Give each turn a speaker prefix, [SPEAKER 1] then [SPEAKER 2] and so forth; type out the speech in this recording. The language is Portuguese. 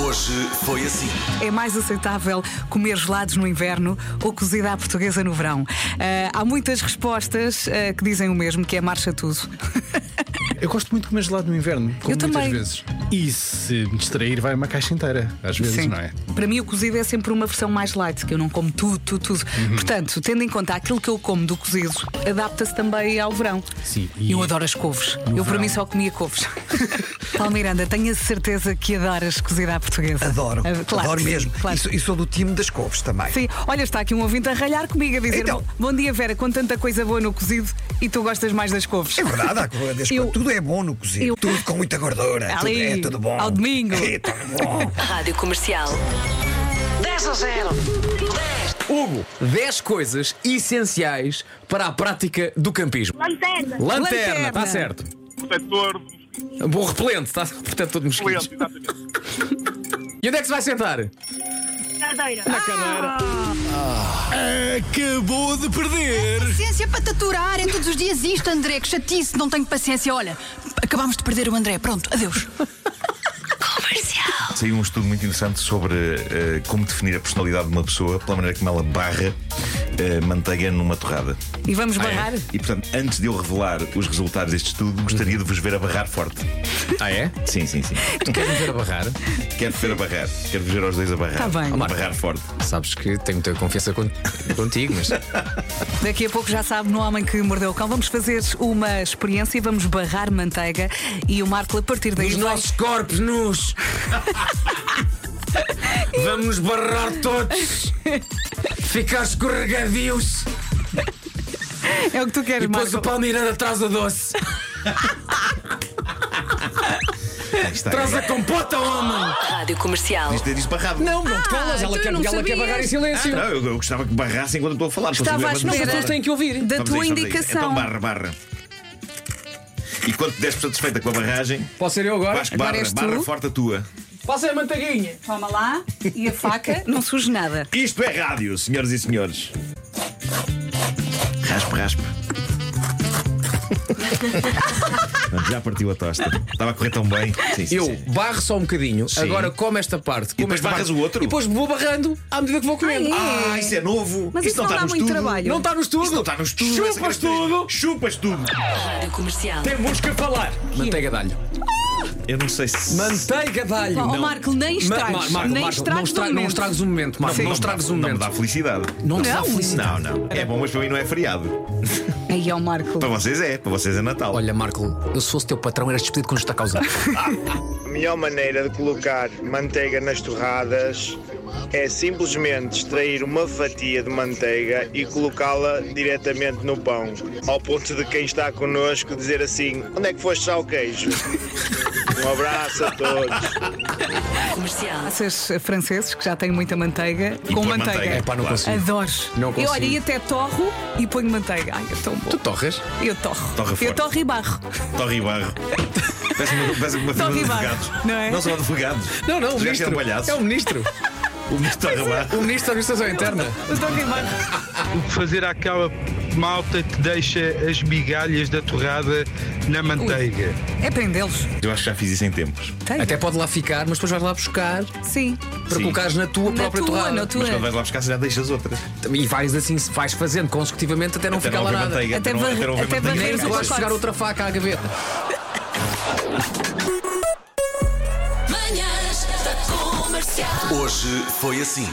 [SPEAKER 1] Hoje foi assim.
[SPEAKER 2] É mais aceitável comer gelados no inverno ou cozida à portuguesa no verão? Ah, há muitas respostas ah, que dizem o mesmo, que é marcha tudo.
[SPEAKER 3] Eu gosto muito de comer gelado no inverno, como muitas
[SPEAKER 2] também.
[SPEAKER 3] vezes. E se me distrair, vai uma caixa inteira, às vezes, não é?
[SPEAKER 2] Para mim, o cozido é sempre uma versão mais light, que eu não como tudo, tudo, tudo.
[SPEAKER 3] Uhum.
[SPEAKER 2] Portanto, tendo em conta aquilo que eu como do cozido, adapta-se também ao verão.
[SPEAKER 3] Sim, e-
[SPEAKER 2] Eu adoro as couves. Eu, para
[SPEAKER 3] verão.
[SPEAKER 2] mim, só comia couves. Paulo Miranda, tenho a certeza que adoras cozida à portuguesa.
[SPEAKER 4] Adoro,
[SPEAKER 2] Ah, claro
[SPEAKER 4] adoro
[SPEAKER 2] que sim,
[SPEAKER 4] mesmo.
[SPEAKER 2] claro
[SPEAKER 4] E, sou, e sou do time das couves também.
[SPEAKER 2] Sim, olha, está aqui um ouvinte a ralhar comigo a dizer
[SPEAKER 4] Então.
[SPEAKER 2] Bom dia, Vera, com tanta coisa boa no cozido e tu gostas mais das couves.
[SPEAKER 4] É verdade, há co- das
[SPEAKER 2] Eu-
[SPEAKER 4] co- tudo é bom no cozido.
[SPEAKER 2] eu-
[SPEAKER 4] Tudo com muita gordura. tudo-
[SPEAKER 2] Ali,
[SPEAKER 4] é tudo bom.
[SPEAKER 2] ao domingo.
[SPEAKER 4] É tudo bom.
[SPEAKER 5] Rádio Comercial. 10 a 0.
[SPEAKER 6] Hugo, 10 coisas essenciais para a prática do campismo.
[SPEAKER 7] Lanterna.
[SPEAKER 6] Lanterna,
[SPEAKER 2] Lanterna.
[SPEAKER 6] está certo.
[SPEAKER 7] Protetor de mosquitos.
[SPEAKER 6] Bom repelente, está portanto todo mosquitos.
[SPEAKER 7] Excelente, exatamente.
[SPEAKER 6] E onde é que se vai sentar?
[SPEAKER 7] Cadeira.
[SPEAKER 6] Ah! Acabou de perder.
[SPEAKER 8] Paciência para taturar, é todos os dias isto, André, que chatice, não tenho paciência. Olha, acabámos de perder o André, pronto, adeus.
[SPEAKER 9] Saiu um estudo muito interessante sobre eh, como definir a personalidade de uma pessoa pela maneira como ela barra eh, manteiga numa torrada.
[SPEAKER 2] E vamos barrar?
[SPEAKER 9] E portanto, antes de eu revelar os resultados deste estudo, gostaria de vos ver a barrar forte.
[SPEAKER 6] Ah, é?
[SPEAKER 9] Sim, sim, sim.
[SPEAKER 6] Queres-me ver a barrar?
[SPEAKER 9] Quero ver a barrar. Quero vos ver aos dois a barrar.
[SPEAKER 2] Tá bem.
[SPEAKER 9] A barrar forte.
[SPEAKER 6] Sabes que tenho muita confiança con- contigo, mas.
[SPEAKER 2] Daqui a pouco já sabe, no Homem que Mordeu o Cão, vamos fazer uma experiência e vamos barrar manteiga e o Marco, a partir daí,
[SPEAKER 6] Os
[SPEAKER 2] vai-
[SPEAKER 6] nossos corpos nus! Vamos barrar todos! Ficar escorregadios!
[SPEAKER 2] é o que tu queres,
[SPEAKER 6] E depois
[SPEAKER 2] Marco.
[SPEAKER 6] o Palmeiranda traz o doce!
[SPEAKER 9] Aí está.
[SPEAKER 6] Traz a compota, homem!
[SPEAKER 5] Rádio Comercial.
[SPEAKER 9] Isto é disso barrado.
[SPEAKER 6] Não, não
[SPEAKER 2] Ah,
[SPEAKER 6] te calas, Então, ela,
[SPEAKER 8] tu
[SPEAKER 6] quer,
[SPEAKER 8] não
[SPEAKER 6] ela quer
[SPEAKER 8] sabias.
[SPEAKER 6] barrar em silêncio!
[SPEAKER 9] Não, eu, eu gostava que barrassem enquanto estou a falar.
[SPEAKER 2] Estava
[SPEAKER 9] Estou a
[SPEAKER 2] à
[SPEAKER 9] saber, mas-
[SPEAKER 6] As
[SPEAKER 2] espera.
[SPEAKER 6] pessoas têm que ouvir!
[SPEAKER 2] Da
[SPEAKER 9] Vamos
[SPEAKER 2] tua
[SPEAKER 9] aí, vamos aí.
[SPEAKER 2] indicação.
[SPEAKER 9] Então barra, barra. E quando te des por satisfeita com a barragem,
[SPEAKER 6] Posso ser eu agora?
[SPEAKER 9] Vasco,
[SPEAKER 2] Agora
[SPEAKER 9] barra,
[SPEAKER 2] és tu.
[SPEAKER 9] barra forte a tua.
[SPEAKER 6] Passa a manteiguinha!
[SPEAKER 2] Toma lá e a faca não surge nada.
[SPEAKER 9] Isto é rádio, senhoras e senhores. Raspa, raspa. Já partiu a tosta. Estava a correr tão bem. Sim, sim,
[SPEAKER 6] Eu
[SPEAKER 9] sim.
[SPEAKER 6] barro só um bocadinho, agora como esta parte, como
[SPEAKER 9] depois
[SPEAKER 6] esta
[SPEAKER 9] barras
[SPEAKER 6] parte,
[SPEAKER 9] o outro?
[SPEAKER 6] E depois vou barrando à medida que vou comendo.
[SPEAKER 9] Ah, isso é novo.
[SPEAKER 2] Mas isso
[SPEAKER 9] não
[SPEAKER 2] não
[SPEAKER 9] está
[SPEAKER 2] dá
[SPEAKER 9] no
[SPEAKER 2] muito
[SPEAKER 9] estudo.
[SPEAKER 2] trabalho.
[SPEAKER 6] Não está no estudo!
[SPEAKER 9] Isso não está no estudo. essa
[SPEAKER 6] Chupas
[SPEAKER 9] característica.
[SPEAKER 6] tudo!
[SPEAKER 9] Chupas tudo.
[SPEAKER 5] Rádio Comercial.
[SPEAKER 6] Temos que falar! Manteiga de alho!
[SPEAKER 9] Eu não sei se.
[SPEAKER 6] Manteiga de alho!
[SPEAKER 2] Ó, Marco, nem
[SPEAKER 6] Ma-
[SPEAKER 2] estragues. nem
[SPEAKER 6] Mar- Marco, Marco, não,
[SPEAKER 2] estragues o
[SPEAKER 6] estra- não
[SPEAKER 2] momento.
[SPEAKER 6] estragues o momento, Marco.
[SPEAKER 9] Não,
[SPEAKER 6] Não,
[SPEAKER 9] não me dá-
[SPEAKER 6] estragues o
[SPEAKER 9] Não me
[SPEAKER 6] momento.
[SPEAKER 9] dá felicidade.
[SPEAKER 6] Não te dá
[SPEAKER 2] Não.
[SPEAKER 6] felicidade.
[SPEAKER 9] Não, não. É bom, mas para mim não é feriado.
[SPEAKER 2] Aí ó, Marco.
[SPEAKER 9] Para vocês é. Para vocês é Natal.
[SPEAKER 6] Olha, Marco, eu se fosse teu patrão, eras despedido com justa causa.
[SPEAKER 10] A melhor maneira de colocar manteiga nas torradas é simplesmente extrair uma fatia de manteiga e colocá-la diretamente no pão. Ao ponto de quem está connosco dizer assim: onde é que foste já o queijo? Um abraço a todos.
[SPEAKER 5] Comercial.
[SPEAKER 2] Vocês eh, franceses que já têm muita manteiga,
[SPEAKER 9] E
[SPEAKER 2] com
[SPEAKER 9] pôr
[SPEAKER 2] manteiga.
[SPEAKER 9] manteiga.
[SPEAKER 6] É pá, não
[SPEAKER 9] Claro.
[SPEAKER 6] consigo.
[SPEAKER 2] Adoro.
[SPEAKER 6] Não
[SPEAKER 2] eu olha,
[SPEAKER 6] consigo.
[SPEAKER 2] e até torro e ponho manteiga. Ai, é tão bom.
[SPEAKER 6] Tu torres?
[SPEAKER 2] Eu torro.
[SPEAKER 9] Torra
[SPEAKER 2] eu
[SPEAKER 9] forte.
[SPEAKER 2] torro e barro.
[SPEAKER 9] Torre e Barro. Parece uma, parece uma firma
[SPEAKER 2] Torre
[SPEAKER 9] de
[SPEAKER 2] e Barro,
[SPEAKER 9] advogados.
[SPEAKER 2] não é?
[SPEAKER 9] Não são advogados.
[SPEAKER 6] Não, não, o
[SPEAKER 9] Os gajos
[SPEAKER 6] ministro.
[SPEAKER 9] eram palhaços.
[SPEAKER 6] É o ministro.
[SPEAKER 9] O ministro um
[SPEAKER 2] é.
[SPEAKER 9] Torre e Barro.
[SPEAKER 6] O ministro da Administração Interna.
[SPEAKER 2] Eu torro e barro.
[SPEAKER 11] fazer aquela malta que deixa as migalhas da torrada na manteiga.
[SPEAKER 2] É prendê-los.
[SPEAKER 9] Eu acho que já fiz isso em tempos.
[SPEAKER 2] Tem?
[SPEAKER 6] Até pode lá ficar, mas depois vais lá buscar
[SPEAKER 2] Sim.
[SPEAKER 6] para
[SPEAKER 9] Sim.
[SPEAKER 6] colocares na tua
[SPEAKER 2] Na
[SPEAKER 6] própria
[SPEAKER 2] tua, na
[SPEAKER 6] torrada.
[SPEAKER 2] tua.
[SPEAKER 9] Mas quando vais lá buscar, já deixas outras.
[SPEAKER 6] E vais assim, vais fazendo consecutivamente até não
[SPEAKER 9] Até
[SPEAKER 6] ficar
[SPEAKER 9] não
[SPEAKER 6] lá
[SPEAKER 9] é haver
[SPEAKER 6] nada.
[SPEAKER 9] manteiga.
[SPEAKER 2] Até
[SPEAKER 9] Até, não,
[SPEAKER 2] barre-
[SPEAKER 9] até não haver
[SPEAKER 2] até
[SPEAKER 9] manteiga.
[SPEAKER 2] barrer
[SPEAKER 6] Nem
[SPEAKER 2] Mas
[SPEAKER 6] se
[SPEAKER 2] eu
[SPEAKER 6] vais
[SPEAKER 2] concordo.
[SPEAKER 6] chegar outra faca à gaveta.
[SPEAKER 5] Manhãs da Comercial.
[SPEAKER 1] Hoje foi assim.